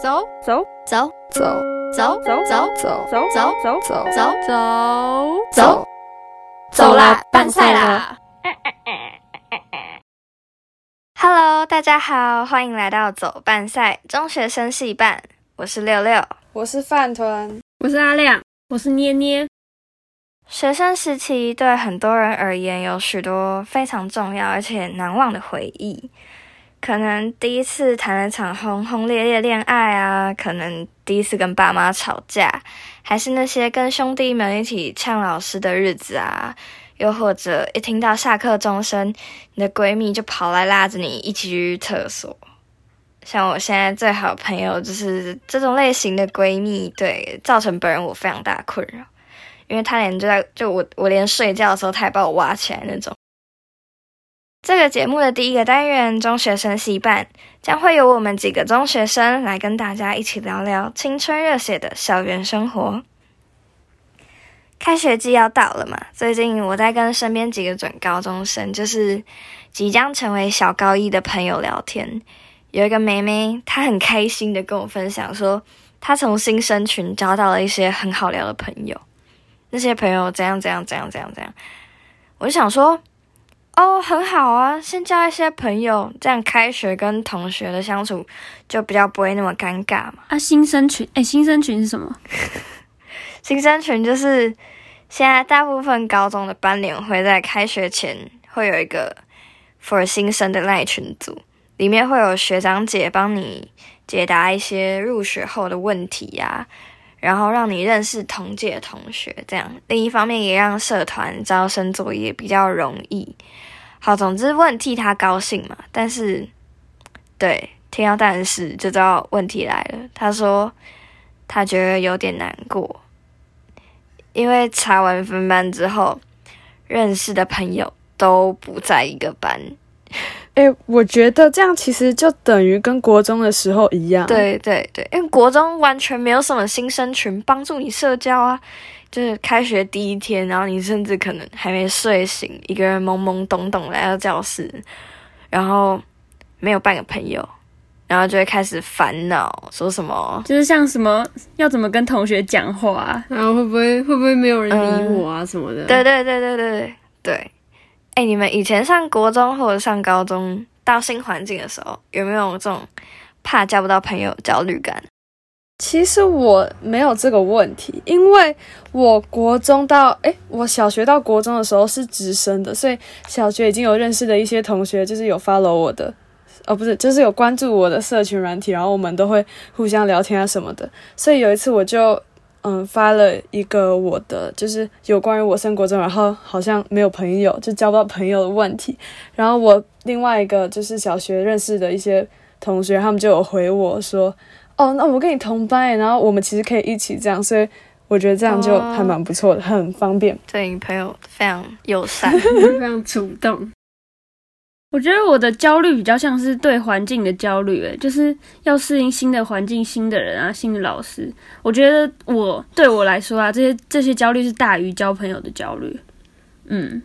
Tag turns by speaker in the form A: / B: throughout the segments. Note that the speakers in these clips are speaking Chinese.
A: 走
B: 走
C: 走
A: 走
C: 走走
B: 走
A: 走
B: 走
C: 走
B: 走
A: 走走走
C: 走，走啦，拌菜啦！Hello，大家好，欢迎来到走拌赛中学生戏办，我是六六。
A: 我是饭团，
B: 我是阿亮，我是捏捏。
C: 学生时期对很多人而言有许多非常重要而且难忘的回忆，可能第一次谈了场轰轰烈烈恋爱啊，可能第一次跟爸妈吵架，还是那些跟兄弟们一起呛老师的日子啊，又或者一听到下课钟声，你的闺蜜就跑来拉着你一起去厕所。像我现在最好朋友就是这种类型的闺蜜，对，造成本人我非常大的困扰。因为他连就在就我我连睡觉的时候，他也把我挖起来那种。这个节目的第一个单元中学生戏办，将会由我们几个中学生来跟大家一起聊聊青春热血的校园生活。开学季要到了嘛，最近我在跟身边几个准高中生，就是即将成为小高一的朋友聊天。有一个妹妹，她很开心的跟我分享说，她从新生群交到了一些很好聊的朋友。那些朋友怎样怎样怎样怎样怎样，我就想说，哦，很好啊，先交一些朋友，这样开学跟同学的相处就比较不会那么尴尬嘛。
B: 啊，新生群，哎、新生群是什么？
C: 新生群就是现在大部分高中的班联会在开学前会有一个 for 新生的赖群组，里面会有学长姐帮你解答一些入学后的问题呀、然后让你认识同届同学，这样另一方面也让社团招生作业比较容易。好，总之问替他高兴嘛，但是对听到但是就知道问题来了。他说他觉得有点难过，因为查完分班之后，认识的朋友都不在一个班。
A: 哎、我觉得这样其实就等于跟国中的时候一样，，
C: 对对对，因为国中完全没有什么新生群帮助你社交啊，就是开学第一天，然后你甚至可能还没睡醒，一个人懵懵懂懂来到教室，然后没有半个朋友，然后就会开始烦恼，说什么
B: 就是像什么要怎么跟同学讲话 啊、
D: 然后会不会会不会没有人
C: 呃
D: 理我啊什么的？
C: 对对对对对对对。哎、你们以前上国中或者上高中到新环境的时候，有没有这种怕交不到朋友的焦虑感？
A: 其实我没有这个问题，因为我国中到哎、我小学到国中的时候是直升的，所以小学已经有认识的一些同学，就是有 follow 我的，哦不是，就是有关注我的社群软体，然后我们都会互相聊天啊什么的。所以有一次我就嗯发了一个我的，就是有关于我升国中，然后好像没有朋友，就交不到朋友的问题。然后我另外一个就是小学认识的一些同学，他们就有回我说。哦，那我跟你同班耶，然后我们其实可以一起这样，所以我觉得这样就
C: 哦
A: 还蛮不错的，很方便。
C: 对你朋友非常友善。
D: 非常主动。
B: 我觉得我的焦虑比较像是对环境的焦虑，哎，就是要适应新的环境、新的人啊、新的老师。我觉得我对我来说啊，这些这些焦虑是大于交朋友的焦虑。嗯，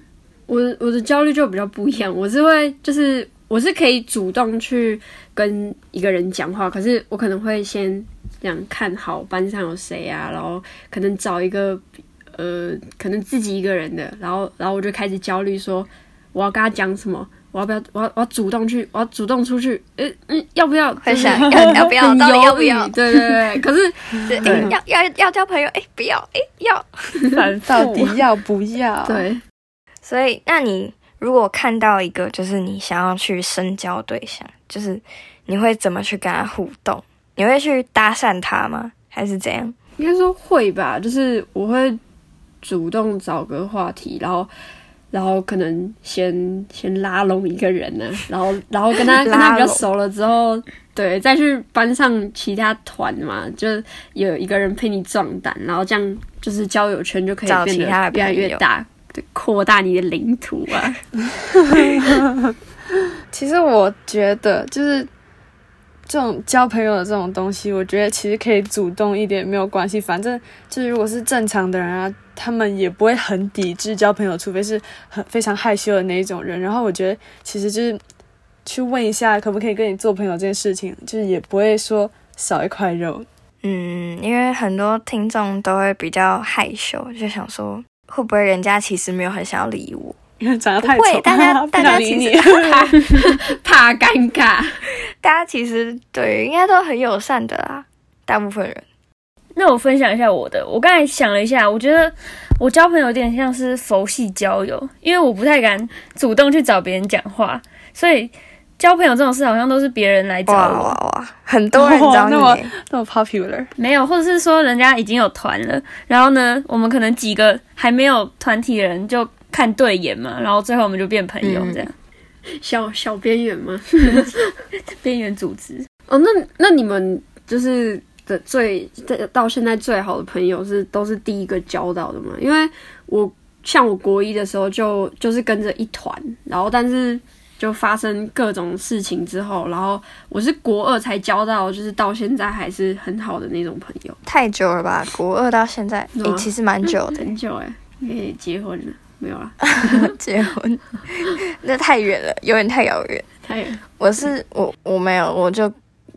D: 我的我的焦虑就比较不一样，我是会就是我是可以主动去跟一个人讲话，可是我可能会先这样看好班上有谁啊，然后可能找一个呃可能自己一个人的，然后然后我就开始焦虑说我要跟他讲什么。我要不要？我要我要主动去，我要主动出去。呃嗯，要不要？
C: 会
D: 就是
C: 想要要不要
D: 很
C: 到底要不
D: 犹豫
C: 要
D: 对对 对。可是
C: 对，诶要要要交朋友，哎、不要，哎、要。
B: 反复
A: 到底要不要？，
D: 对，
C: 所以，那你如果看到一个就是你想要去深交对象，就是你会怎么去跟他互动？你会去搭讪他吗？还是怎样？
D: 应该说会吧，就是我会主动找个话题，然后然后可能先先拉拢一个人 呢、然后然后跟他跟他比较熟了之后，对，再去班上其他团嘛，就有一个人陪你壮胆，然后这样就是交友圈就可以
C: 找
D: 变得
C: 其他的朋友
D: 越来越大。对扩大你的领土 啊！
A: 其实我觉得就是这种交朋友的这种东西，我觉得其实可以主动一点没有关系，反正就是如果是正常的人啊，他们也不会很抵制交朋友，除非是很非常害羞的那一种人。然后我觉得其实就是去问一下可不可以跟你做朋友这件事情，就是也不会说少一块肉。
C: 嗯，因为很多听众都会比较害羞，就想说会不会人家其实没有很想要理我。
A: 因为长得太
C: 不会
A: 丑，
C: 大家
A: 不
C: 大家
A: 想理
C: 其
A: 你。
D: 怕尴尬。
C: 大家其实对应该都很友善的啦，大部分人。
B: 那我分享一下我的，我刚才想了一下，我觉得我交朋友有点像是佛系交友，因为我不太敢主动去找别人讲话，所以交朋友这种事好像都是别人来找
C: 哇
B: 我
C: 哇，哇，很多人找你
A: 哇
C: 耶，
A: 那么 popular，
B: 没有，或者是说人家已经有团了，然后呢，我们可能几个还没有团体的人就看对眼嘛，然后最后我们就变朋友
C: 嗯
B: 这样，
D: 小小边缘吗？
B: 边缘组织。
D: 哦，那那你们就是的最的到现在最好的朋友是都是第一个交到的吗？因为我像我国一的时候就就是跟着一团，然后但是就发生各种事情之后，然后我是国二才交到，就是到现在还是很好的那种朋友，
C: 太久了吧？国二到现在，
D: 是
C: 诶、
D: 吗
C: 其实蛮久的，
D: 很久哎、也结婚了没有啦？
C: 结婚， 那太远了，有点太遥远。
D: 太
C: 我是我我没有，我就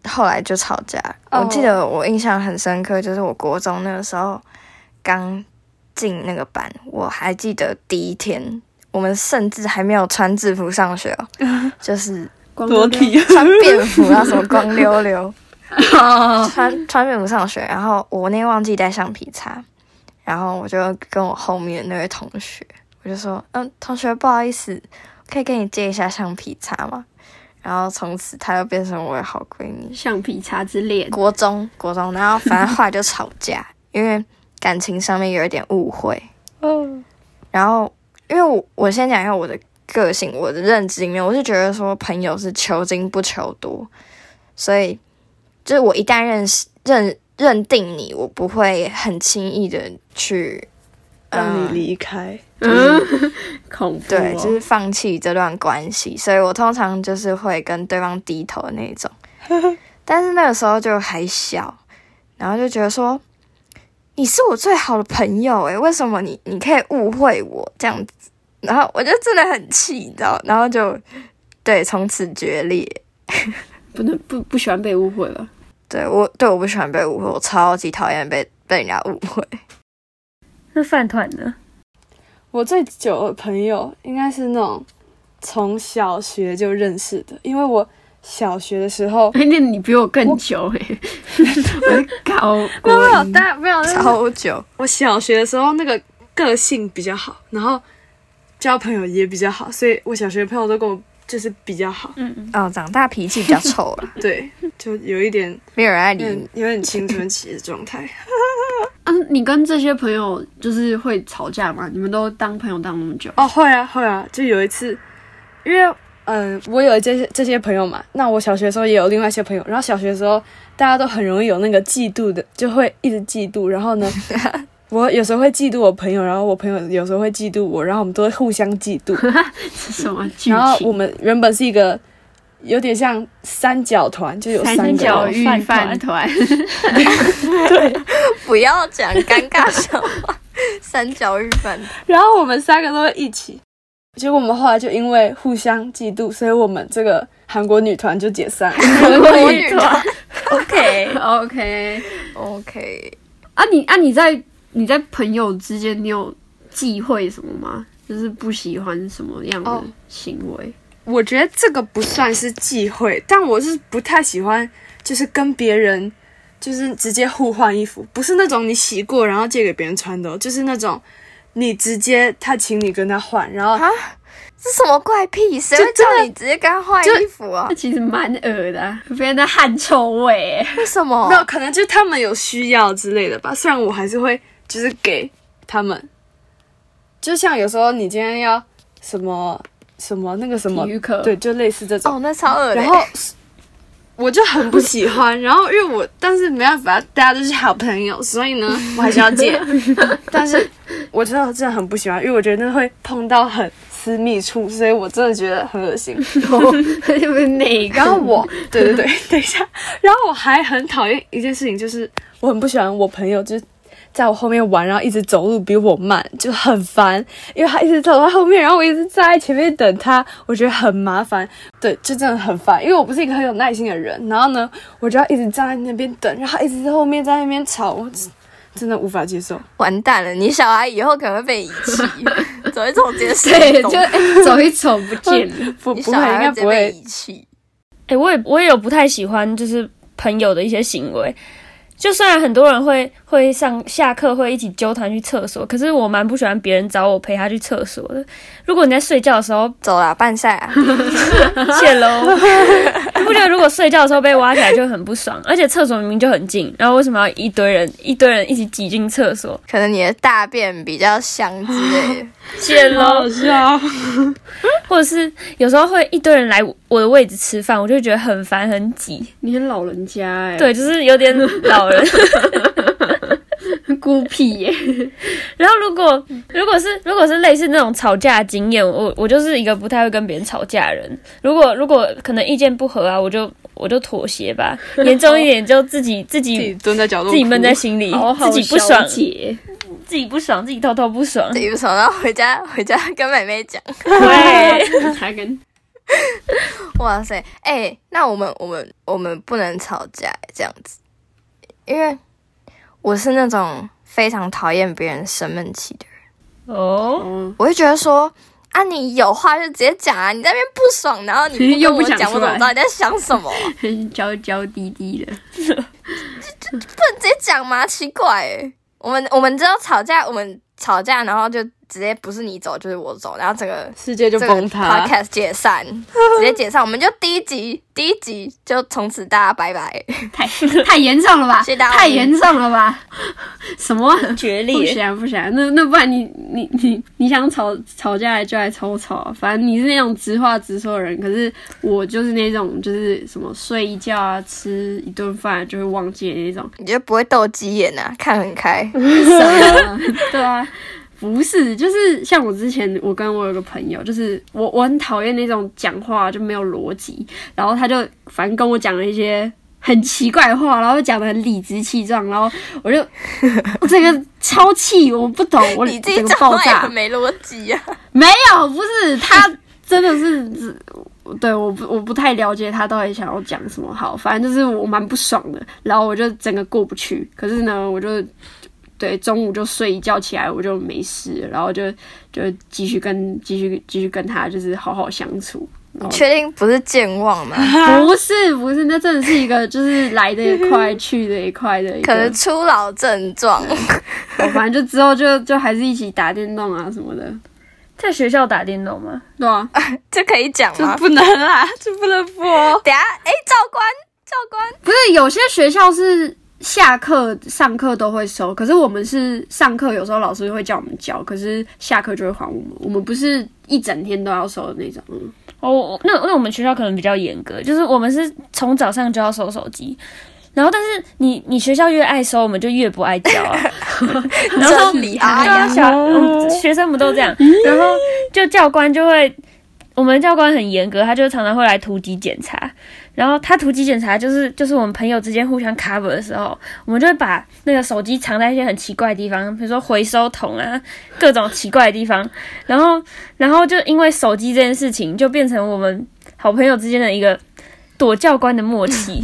C: 后来就吵架。
D: 哦
C: 我记得我印象很深刻，就是我国中那个时候刚进那个班，我还记得第一天，我们甚至还没有穿制服上学、哦，就是
D: 光
A: 裸体。
C: 穿便服啊，什么光溜溜，
D: 哦，
C: 穿穿便服上学。然后我那天忘记带橡皮擦，然后我就跟我后面那位同学，我就说，嗯，同学不好意思，可以跟你借一下橡皮擦吗？然后从此她就变成我的好闺蜜。
D: 橡皮擦之恋，
C: 国中，国中，然后反正后来就吵架， 因为感情上面有一点误会。
A: 哦，
C: 然后，因为我我先讲一下我的个性，我的认知里面，我是觉得说朋友是求精不求多，所以就是我一旦认识认认定你，我不会很轻易的去
A: 让你
C: 嗯
A: 离开。
D: 嗯，恐怖、哦，
C: 对，就是放弃这段关系，所以我通常就是会跟对方低头的那种。 但是那个时候就还小，然后就觉得说，你是我最好的朋友诶、为什么你你可以误会我这样子？然后我就真的很气，你知道，然后就对从此决裂。
D: 不能不不喜欢被误会吧？，
C: 对我对我不喜欢被误会，我超级讨厌被被人家误会。
B: 那饭团呢？
A: 我最久的朋友应该是那种从小学就认识的，因为我小学的时候
D: 哎，那你比我更久哎、我是高
A: 没
D: 国
A: 有没有，
D: 一
A: 大家没有，就是
C: 超久，
A: 我小学的时候那个个性比较好，然后交朋友也比较好，所以我小学的朋友都跟我就是比较好，
B: 嗯嗯，
C: 哦，长大脾气比较臭了，
A: 对，就有一点
C: 没有人爱理
A: 有
C: 你
A: 点。有点青春期的状态。
D: 啊，你跟这些朋友就是会吵架吗？你们都当朋友当那么 久？
A: 哦，会啊，会啊，就有一次，因为嗯、我有这些这些朋友嘛，那我小学的时候也有另外一些朋友，然后小学的时候大家都很容易有那个嫉妒的，就会一直嫉妒，然后 呢。我有时候会嫉妒我朋友，然后我朋友有时候会嫉妒我，然后我们都会互相嫉妒。
D: 是什么剧情？
A: 然后我们原本是一个有点像三角团，就有
D: 三
A: 三个
D: 角
A: 人，
D: 玉
B: 饭
D: 饭
B: 团
D: 团，
C: 不要讲尴尬笑话，三角日本
A: 然后我们三个都会一起。结果我们后来就因为互相嫉妒，所以我们这个韩国女团就解散了。
C: 国语团。
B: OK，
D: OK
C: OK，
D: 啊你，啊你在你在朋友之间，你有忌讳什么吗？就是不喜欢什么样的
A: 哦
D: 行为？
A: 我觉得这个不算是忌讳，但我是不太喜欢，就是跟别人就是直接互换衣服，不是那种你洗过然后借给别人穿的哦，就是那种你直接他请你跟他换，然后
C: 啊这什么怪癖？谁
A: 就
C: 会叫
A: 真的
C: 你直接跟他换衣服啊
D: 那、？其实蛮恶的、啊，别人的汗臭味、欸。
C: 为什么
A: 没？有可能就是他们有需要之类的吧。虽然我还是会就是给他们，就像有时候你今天要什么什么那个什么
D: 体，育课，
A: 对，就类似这种。
C: 哦，那超恶的。
A: 然后我就很不喜欢，然后因为我但是没办法，大家都是好朋友，所以呢，我还是要 借。但是我真的真的很不喜欢，因为我觉得那会碰到很私密处，所以我真的觉得很恶心。
D: 不是那个。
A: 然后我，对 对对，等一下，然后我还很讨厌一件事情，就是我很不喜欢我朋友就是在我后面玩，然后一直走路比我慢，就很烦，因为他一直走到后面，然后我一直站在前面等他，我觉得很麻烦。对，就真的很烦，因为我不是一个很有耐心的人。然后呢，我就要一直站在那边等，然后他一直在后面在那边吵，我真真的无法接受。
C: 完蛋了，你小孩以后可能会被遗 弃，走一走直接
D: 对，
C: 失踪
D: 就、哎走一走不见 了。
A: 不，
C: 你
A: 不
C: 小
A: 会，应
C: 孩
A: 该
C: 会直接
A: 不
C: 被
A: 会
C: 遗弃。
B: 诶、我也我也有不太喜欢，就是朋友的一些行为。就虽然很多人会会上下课会一起纠团去厕所，可是我蛮不喜欢别人找我陪他去厕所的。如果你在睡觉的时候，
C: 走啦，半赛啊，
B: 谢喽， 你不觉得如果睡觉的时候被挖起来就很不爽？而且厕所明明就很近，然后为什么要一堆人一堆人一起挤进厕所？
C: 可能你的大便比较香之 类的。
B: 谢喽
D: 好，笑，
B: 或者是有时候会一堆人来我的位置吃饭，我就觉得很烦很挤。
D: 你很老人家哎、
B: 对，就是有点老人。
D: 对，孤僻耶、
B: 然后如果如果是如果是类似那种吵架的经验，我我就是一个不太会跟别人吵架的人。如果如果可能意见不合啊，我就我就妥协 吧。严重一点就自己自己
A: 蹲在角落
B: 自己闷在心里，自己不 爽，自
D: 姐，
B: 己不爽，自己偷偷不爽。
C: 对，不爽，然后回家回家跟妹妹讲。
B: 对，
D: 还跟
C: 哇塞，哎、那我们我们我们不能吵架这样子，因为我是那种非常讨厌别人生闷气的人，
B: 哦，
D: 哦，
C: 我会觉得说啊，你有话就直接讲啊，你在那边不爽，然后你不
D: 又
C: 跟
D: 不
C: 我
D: 讲
C: 讲，
D: 出
C: 我怎么
D: 来
C: 知道你在想什么啊、
D: 娇娇滴滴的，
C: 不能直接讲吗？奇怪、欸，我们我们知道吵架，我们吵架，然后就直接不是你走就是我走，然后整个
A: 世界就
C: 这个
A: 崩塌。
C: ，podcast 解散，直接解散，我们就第一集第一集就从此大家拜拜。
D: 太太严重了吧？
C: 谢谢大家。
D: 太严重了吧？ 什么啊？
B: 决
D: 不
B: 裂。
D: 行啊不行啊，那那不然你你你你想吵吵架来就来吵吵啊，反正你是那种直话直说的人，可是我就是那种就是什么睡一觉啊，吃一顿饭啊就会忘记的那种
C: 你就不会斗鸡眼啊，看很开。
D: 嗯对啊， 不是，就是像我之前我跟我有个朋友，就是我我很讨厌那种讲话就没有逻辑，然后他就反正跟我讲了一些。很奇怪的话，然后讲的很理直气壮，然后我就 我整个超气，我不懂，我
C: 你自己
D: 整个
C: 讲
D: 爆
C: 话也
D: 炸
C: 很，没逻辑 啊！
D: 没有，不是他真的是，对，我不我不太了解他到底想要讲什么。好，反正就是我蛮不爽的，然后我就整个过不去。可是呢，我就对中午就睡一觉起来，我就没事了，然后就就继续跟继续继续跟他就是好好相处。
C: 你确定不是健忘吗？
D: 不是不是，那真的是一个就是来的也快，去的也快的 一
C: 可
D: 个
C: 能。初老症 状。
D: 好反正就之后就就还是一起打电动啊什么的。
B: 在学校打电动吗？
D: 对啊，
C: 这可以讲
A: 这
C: 吗？
A: 不能啦， 这不能播。
C: 等一下，哎，教官，教官，
D: 不是有些学校是下课、上课都会收，可是我们是上课有时候老师会叫我们交，可是下课就会还我们。我们不是一整天都要收的那种。嗯
B: 哦，我那那我们学校可能比较严格，就是我们是从早上就要收手机，然后但是你你学校越爱收，我们就越不爱教啊。然后
C: 真厉害
B: 对啊，
C: 呀！
B: 小、嗯学生不都这样？然后就教官就会，我们教官很严格，他就常常会来突击检查。然后他突击检查就是就是我们朋友之间互相 cover 的时候，我们就会把那个手机藏在一些很奇怪的地方，比如说回收桶啊，各种奇怪的地方。然后然后就因为手机这件事情，就变成我们好朋友之间的一个躲教官的默契。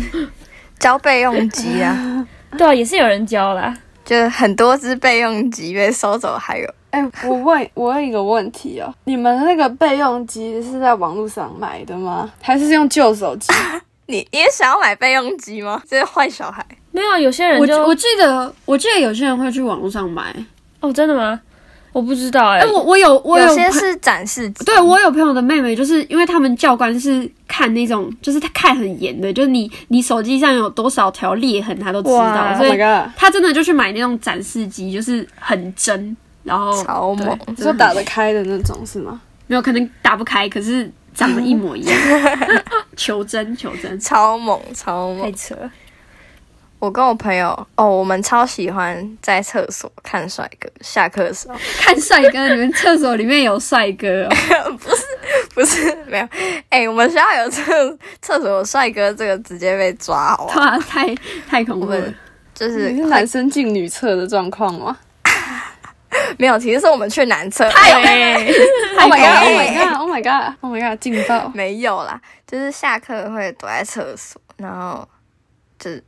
C: 教备用机 啊，
B: 对啊，也是有人教啦。
C: 就是很多只备用机被收走，还有
A: 哎、我问， 我问一个问题哦，你们那个备用机是在网络上买的吗？还是用旧手 机？
C: 你，你也想要买备用机吗？这是坏小孩。
B: 没有啊，有些人
D: 我
B: 就
D: 我记得我记得有些人会去网络上买。
B: 哦，真的吗？我不知道哎、
D: 哎、我我有我
C: 有些
D: 朋
C: 是展示机，
D: 对我有朋友的妹妹，就是因为他们教官是看那种，就是他看很严的，就是你你手机上有多少条裂痕，他都知道
B: 哇，
D: 所
A: Oh
D: 以
A: my god！
D: 他真的就去买那种展示机，就是很真，然后
C: 超
D: 对
C: 猛。
A: 你说打得开的那种是吗？
D: 没有可能打不开，可是长得一模一 样。求真，求真，
C: 超猛，超猛！
B: 扯了。
C: 我跟我朋友哦，我们超喜欢在厕所看帅哥。下课的时候，
D: 看帅哥，你们厕所里面有帅哥、 哦，
C: 不是没有，哎、我们学校有厕厕所有帅哥，这个直接被抓好不好
D: 哇，太太恐
C: 我
D: 怖了
C: 们。就是
A: 你是男生进女厕的状况 吗
C: 没有，其实是我们去男厕。
A: ？Oh my god!
C: 哎
A: Oh my god! Oh my god! Oh my god! 劲爆！
C: 没有啦，就是下课会躲在厕所，然后就是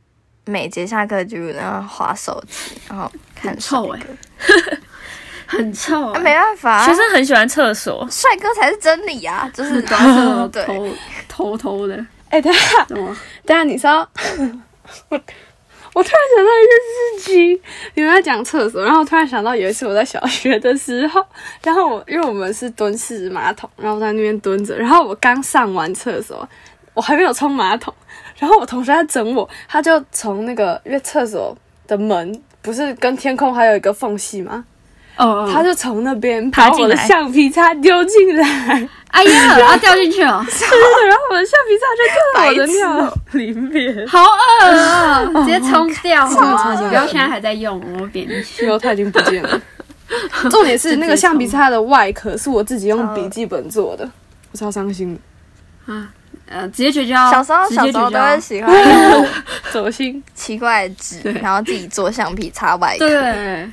C: 每节下课就然后划手机，然后看帅
D: 臭
C: 哥。
D: 哎、很臭、
C: 啊，
D: 欸。
C: 没办法、啊，
B: 学生很喜欢厕所，
C: 帅哥才是真理啊！就是
D: 啊
C: 对，
D: 偷偷偷 的，
A: 哎，等一下，
D: 懂吗？
A: 等一下，你是要 我？我突然想到一件事情，你们在讲厕所，然后我突然想到有一次我在小学的时候，然后我因为我们是蹲式马桶，然后我在那边蹲着，然后我刚上完厕所，我还没有冲马桶，然后我同学在整我，他就从那个因为厕所的门不是跟天空还有一个缝隙吗？
D: 哦，哦
A: 他就从那边
B: 嗯爬
A: 把
B: 进
A: 我的
B: 来
A: 橡皮擦丢进来。
D: 哎呀， 要掉进去哦了，
A: 然后我的橡皮擦就掉到我的 尿里面，
D: 啊好恶 啊！直接冲掉好吗？
A: 超级恶
D: 不要现在还在用，我扁你。
A: 最后哦它已经不见了。重点是那个橡皮擦的外壳是我自己用笔记本做的，我超伤心的，
D: 呃，直接绝交。
C: 小时候
D: 直
C: 小
D: 接
C: 时候都
D: 绝交
C: 会。喜欢用
A: 走心。
C: 奇怪的纸，然后自己做橡皮擦外壳。
D: 对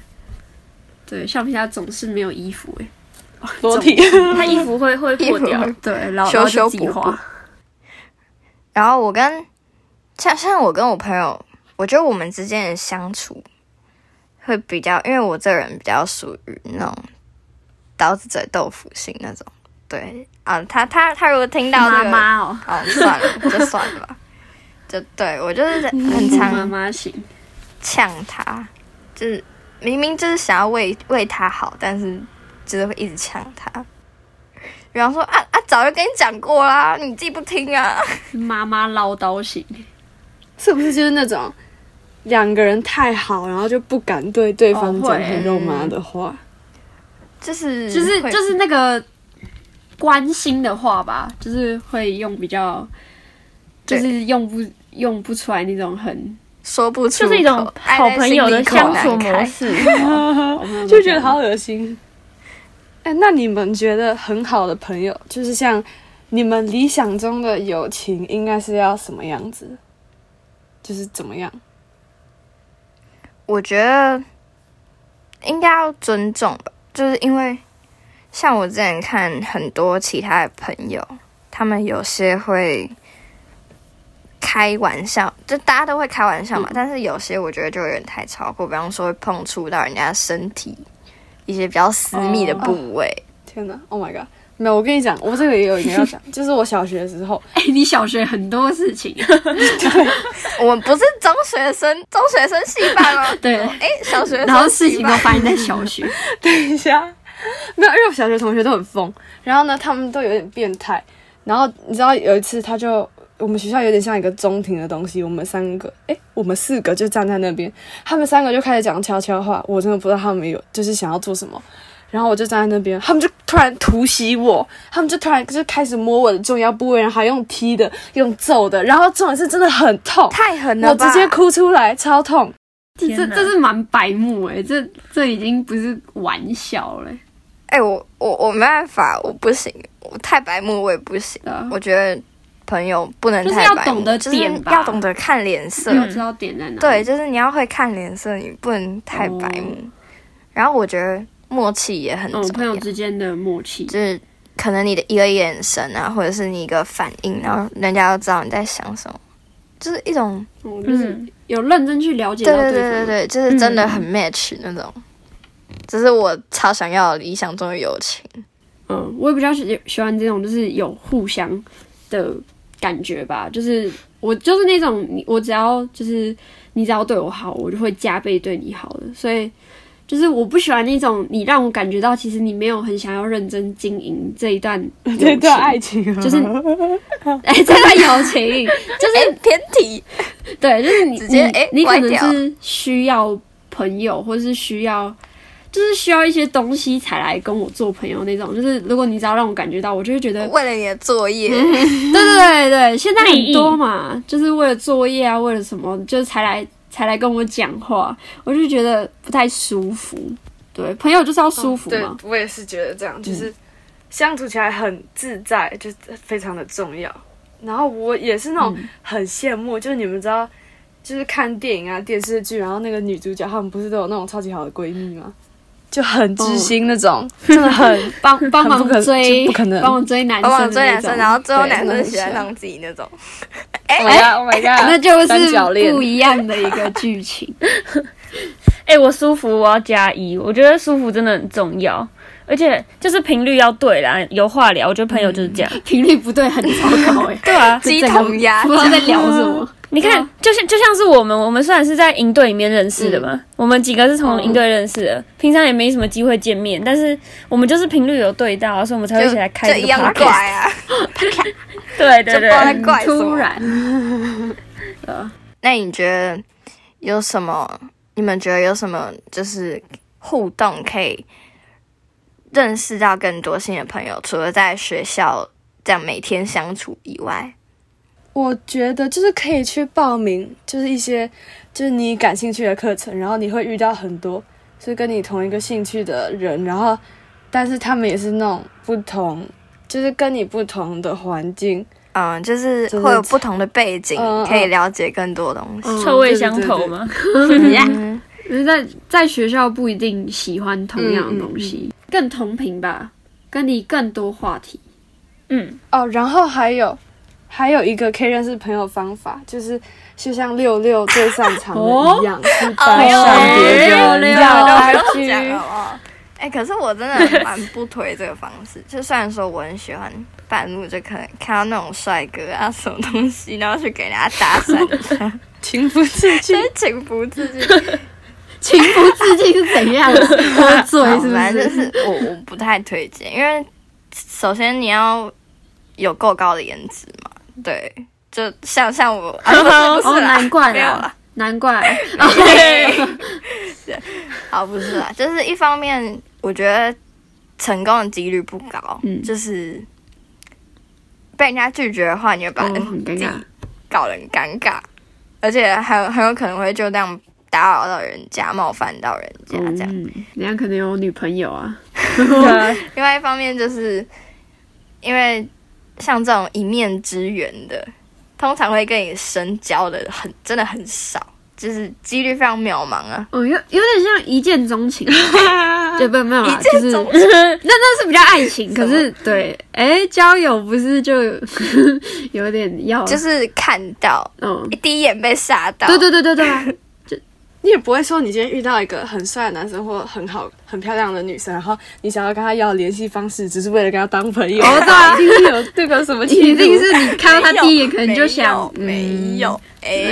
D: 对，橡皮擦总是没有衣服哎、
A: 裸体，
B: 他衣服会会破掉。
D: 对，老
C: 修
D: 老
C: 修
D: 就自己
C: 补补
D: 画。
C: 然后我跟像像我跟我朋友，我觉得我们之间的相处会比较，因为我这个人比较属于那种刀子嘴豆腐心那种。对啊，他他他如果听到
B: 妈
C: 这个，
B: 妈哦，
C: 哦，算了，就算了吧。就对我就是很
D: 嗯妈
C: 常
D: 妈型，
C: 呛他，就是明明就是想要为为他好，但是就是会一直呛他。比方说啊啊，早就跟你讲过啦，你自己不听啊。
D: 妈妈唠叨型，
A: 是不是就是那种两个人太好，然后就不敢对对方讲
D: 哦会
A: 很肉麻的话？
C: 就是
D: 就是
C: 会
D: 就是那个关心的话吧，就是会用比较，
C: 对
D: 就是用不用不出来那种很，
C: 说不出
B: 就
C: 口，
B: 是一种好朋友的相处模
C: 式。
B: 式。
C: 哦
D: 嗯
A: 就觉得好恶心。哎，那你们觉得很好的朋友，就是像你们理想中的友情，应该是要什么样子？就是怎么样？
C: 我觉得应该要尊重吧，就是因为像我之前看很多其他的朋友，他们有些会开玩笑，就大家都会开玩笑
B: 嗯
C: 嘛，但是有些我觉得就有点太超过，比方说会碰触到人家身体一些比较私密的部位。
A: 天哪！Oh my god！没有，我跟你讲，我这个也有一个要讲，就是我小学的时候，
D: 哎、你小学很多事情，。
B: 哦
C: 我们不是中学生，中学生戏班哦
D: 对
C: 哎、小学生
D: 然后事情
C: 戏
D: 都
C: 班
D: 发生在 小学，
A: 等一下， 没有，因为我小学同学都很疯，然后呢，他们都有点变态。然后你知道有一次，他就我们学校有点像一个中庭的东西，我们三个，诶，我们四个就站在那边，他们三个就开始讲悄悄话，我真的不知道他们有就是想要做什么。然后我就站在那边，他们就突然突袭我，他们就突然就开始摸我的重要部位，然后还用踢的、用揍的，然后重点是真的很痛，
C: 太狠了
A: 我
C: 吧！
A: 直接哭出来，超痛。
D: 这
B: 天
D: 这
B: 哪
D: 这是蛮白目哎、这这已经不是玩笑了、
C: 哎、我我我没办法，我不行，我太白目我也不行。
D: 对啊
C: 我觉得朋友不能
D: 就是
C: 太
D: 要
C: 白目，
D: 懂得
C: 就是
D: 点吧嗯
C: 要懂得看脸色。
D: 要知道点在哪。
C: 对，，就是你要会看脸色，你不能太白目。然后我觉得默契也很重
D: 哦嗯，
C: 要，
D: 朋友之间的默契，
C: 就是可能你的一个眼神啊，或者是你一个反应，然后人家都知道你在想什么，就是一种
D: 嗯，就是
B: 嗯，
D: 有认真去了解
C: 对
D: 到
C: 对
D: 方嗯
C: 对
D: 的
C: 对对，就是真的很 match 那种。这是我超想要的理想中的友情。
D: 嗯，我也比较喜喜欢这种就是有互相的感觉吧，就是我就是那种你我只要就是你只要对我好，我就会加倍对你好的，所以就是我不喜欢那种你让我感觉到其实你没有很想要认真经营这一段
A: 这
D: 友情，
A: 段爱情啊
D: 就是哎、这段友情，
C: 就是、 偏题，
D: 对，就是你
C: 直接
D: 你
C: 诶
D: 你可
C: 歪
D: 能
C: 掉
D: 是需要朋友，或是需要，就是需要一些东西才来跟我做朋友那种。就是如果你只要让我感觉到，我就会觉得，
C: 为了你的作业。
D: 对 对对对，现在
B: 利
D: 很
B: 益
D: 多嘛，就是为了作业啊，为了什么，就是才来才来跟我讲话，我就觉得不太舒服。对，朋友就是要嗯舒服嗯
A: 对
D: 嘛，，
A: 我也是觉得这样，就是相处起来很自在，
D: 嗯
A: 就是非常的重要。然后我也是那种很羡慕，就是你们知道，就是看电影啊、电视剧，然后那个女主角她们不是都有那种超级好的闺蜜吗？就很知
D: 哦
A: 心 那种，真的很
D: 帮帮
A: 很不可
D: 忙追，
A: 就不可能
D: 帮忙追男
C: 往往
D: 生的那种，
C: 追男生，然后最后
A: 对
C: 男生
A: 真的
C: 喜欢
A: 是
C: 上自己那种。
A: Oh my god, oh my god，
D: 哎那就
A: 三角
D: 是
A: 恋
D: 不一样的一个剧情。
B: 哎、我舒服，我要加一。我觉得舒服真的很重要，而且就是频率要对啦，有话聊。我觉得朋友就是这样。
D: 频率不对，很糟糕 哎。
B: 对啊，
C: 鸡同鸭
D: 不知道在聊什么。
B: 你看，就像就像是我们，我们虽然是在营队里面认识的嘛，我们几个是从营队认识的，平常也没什么机会见面，但是我们就是频率有对到啊，所以我们才会一起来开
C: 就
B: 这
C: 一
B: 个
C: 样
B: podcast
C: 怪啊，
B: 对对
C: 就不知道在
B: 对，
C: 怪什
D: 突
C: 么。
D: 然，
C: 那你觉得有什么？你们觉得有什么就是互动可以认识到更多新的朋友？除了在学校这样每天相处以外，
A: 我觉得就是可以去报名，就是一些就是你感兴趣的课程，然后你会遇到很多是跟你同一个兴趣的人，然后但是他们也是那种不同，就是跟你不同的环境，
C: 嗯，就是
A: 就是
C: 会有不同的背景，
A: 嗯嗯
C: 可以了解更多东 西。
B: 臭味相投嘛。
C: 嗯，
D: 就是在在学校不一定喜欢同样的东西，更同频吧，跟你更多话题。
B: 嗯，
A: 哦，然后还有还有一个可以认识朋友方法，就是就像六六最擅长的一样，去搭讪
D: 哎
A: 别
D: 呦
A: 人，
D: 哦六
A: 要
D: 六
C: 啊
A: 来
C: 不用讲
A: 去
C: 了。哦。哎、可是我真 的蛮不推这个方式。就虽然说我很喜欢半路就可能看到那种帅哥啊什么东西，然后去给人家搭讪一下，
A: 情不自 禁
C: 真。是情不自禁。
D: 情不自禁是怎样？喝 醉
C: 好
D: 是
C: 反
D: 不？
C: 正就是是我我不太推荐，因为首先你要有够高的颜值嘛，对，就像像我，啊、不是不
D: 哦，
C: 是啦，
D: 难怪
C: 没有
D: 啦
C: 啦，
D: 难怪。
C: 啊不是啦，就是一方面我觉得成功的几率不高，
D: 嗯
C: 就是被人家拒绝的话，你会把
D: 哦，
C: 人
D: 很尴尬。
C: 搞得很尴尬，而且还有很有可能会就这样打扰到人家，冒犯到人家这样。
D: 嗯，人家可能有女朋友啊。
C: 另外一方面就是，因为像这种一面之缘的，通常会跟你深交的很真的很少，就是几率非常渺茫啊。
D: 哦，有有点像一见钟 情，对，不没有啦，
C: 一
D: 啊就
C: 见
D: 是
C: 钟
D: 那
C: 情，
D: 那是比较爱 情，可
C: 什
D: 是对，哎，交友不是就 有点要，
C: 就是看到
D: 嗯，
C: 第一眼被吓到，
D: 对对对对对 啊，
A: 你也不会说你今天遇到一个很帅的男生或很好、很漂亮的女生，然后你想要跟他要联系方式，只是为了跟他当朋友。
D: 哦对啊
A: 一定是有这个什么
D: 一
A: 企图
D: 定是你看到他第一眼，可能就想嗯
C: 想，没有，哎、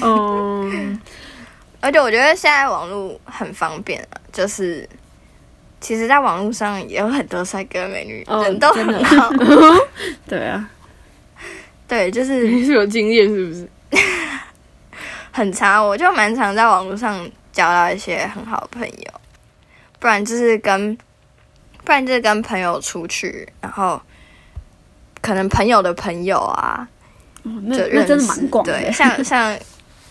D: 呃，哦，
C: 而且我觉得现在网络很方便啊，就是其实，在网络上也有很多帅哥美女，
D: 哦
C: 人都很好。
D: 对啊，
C: 对，就是
A: 你是有经验是不是？
C: 很常，我就蛮常在网络上交到一些很好的朋友，不然就是跟，不然就是跟朋友出去，然后可能朋友的朋友啊，
D: 哦
C: 就
D: 那
C: 认
D: 那
C: 识
D: 真的蛮广的，
C: 对，像像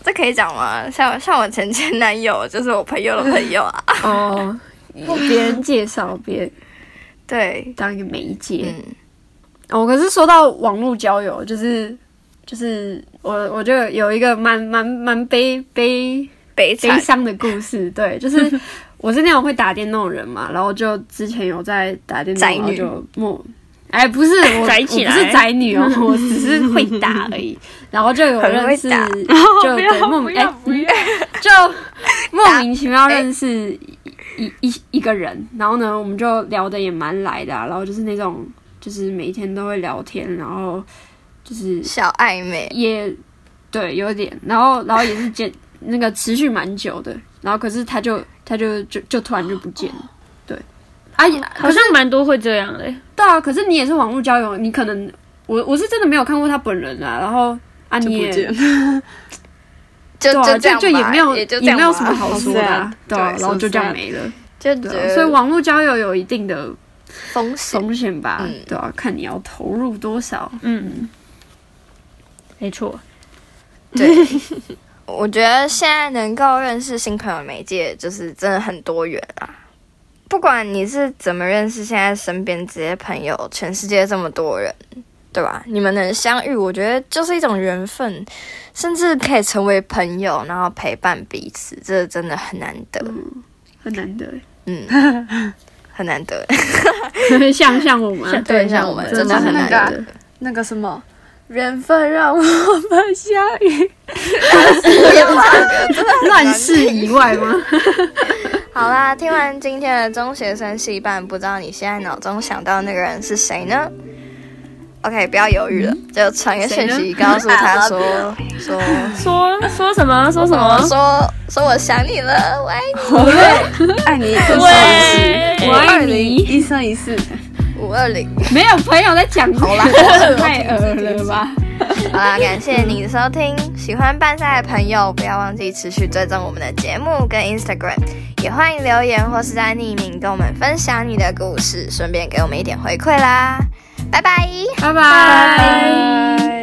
C: 这可以讲吗？像像我前前男友就是我朋友的朋友 啊，
D: 哦，别人介绍，别人
C: 对，
D: 当一个媒介，
C: 嗯，
D: 哦，可是说到网络交友，就是就是我我就有一个蛮蛮蛮悲悲
C: 悲
D: 悲
C: 惨，
D: 伤的故事，对，就是我是那种会打电动的人嘛，然后就之前有在打电动，
C: 宅
D: 然后
C: 女
D: 就默。哎，不是 我，
B: 宅
D: 我不
B: 起来
D: 是宅女哦，我只是会打而已。然后就有
C: 很会
D: 认识，
C: 打
D: 就对莫名哎，就莫名其妙认识
C: 哎
D: 一一一个人，然后呢，我们就聊的也蛮来的、啊，然后就是那种就是每天都会聊天，然后就是
C: 小暧昧，
D: 也对有点，然后然后也是见那个持续蛮久的，然后可是他就他就就就突然就不见
C: 哦
D: 了，对，啊也
B: 好
D: 可是
B: 像蛮多会这样的、
D: 对啊，可是你也是网络交友，你可能我我是真的没有看过他本人啊，然后啊
A: 就
D: 你
A: 不
D: 也
A: 见了。
C: 就
D: 对啊，
C: 这
D: 就
C: 样
D: 就也
C: 吧，
D: 没有
C: 也就这
D: 也
C: 样
D: 没有
C: 吧
D: 什么好说的啊，对啊，
A: 对
D: 然后就这样
A: so sad
D: 没了，
C: 就觉
D: 对
C: 得
D: 啊，所以网络交友有一定的
C: 风险
D: 风险吧
C: 嗯，
D: 对啊，看你要投入多少，
B: 嗯，没错。
C: 对，我觉得现在能够认识新朋友的媒介，就是真的很多元啊。不管你是怎么认识现在身边这些朋友，全世界这么多人，对吧？你们能相遇，我觉得就是一种缘分，甚至可以成为朋友，然后陪伴彼此，这真的很难得，
D: 很难 得欸，
C: 嗯，很难得。
D: 像像我们啊，
C: 对，像我们真的很难
A: 真的
C: 得。
A: 那个什么，缘分让我们相遇。
D: 乱世以外 吗？
C: 好啦，听完今天的中学生戏班，不知道你现在脑中想到那个人是谁呢？OK，不要犹豫了，就传个讯息
D: 谁
C: 告诉他说说
B: 说说什么？说什么
C: 我？说说我想你了，喂，
A: 爱你一生
B: 喂
A: 一世，
B: 我爱
A: 你一生一世。
C: 五二零。
D: 没有朋友在讲 好啦，太恶了吧？
C: 好啦，感谢你的收听。喜欢拌赛的朋友，不要忘记持续追踪我们的节目跟 Instagram，也欢迎留言或是在匿名跟我们分享你的故事，顺便给我们一点回馈啦。拜拜。
D: 拜拜。
A: 拜。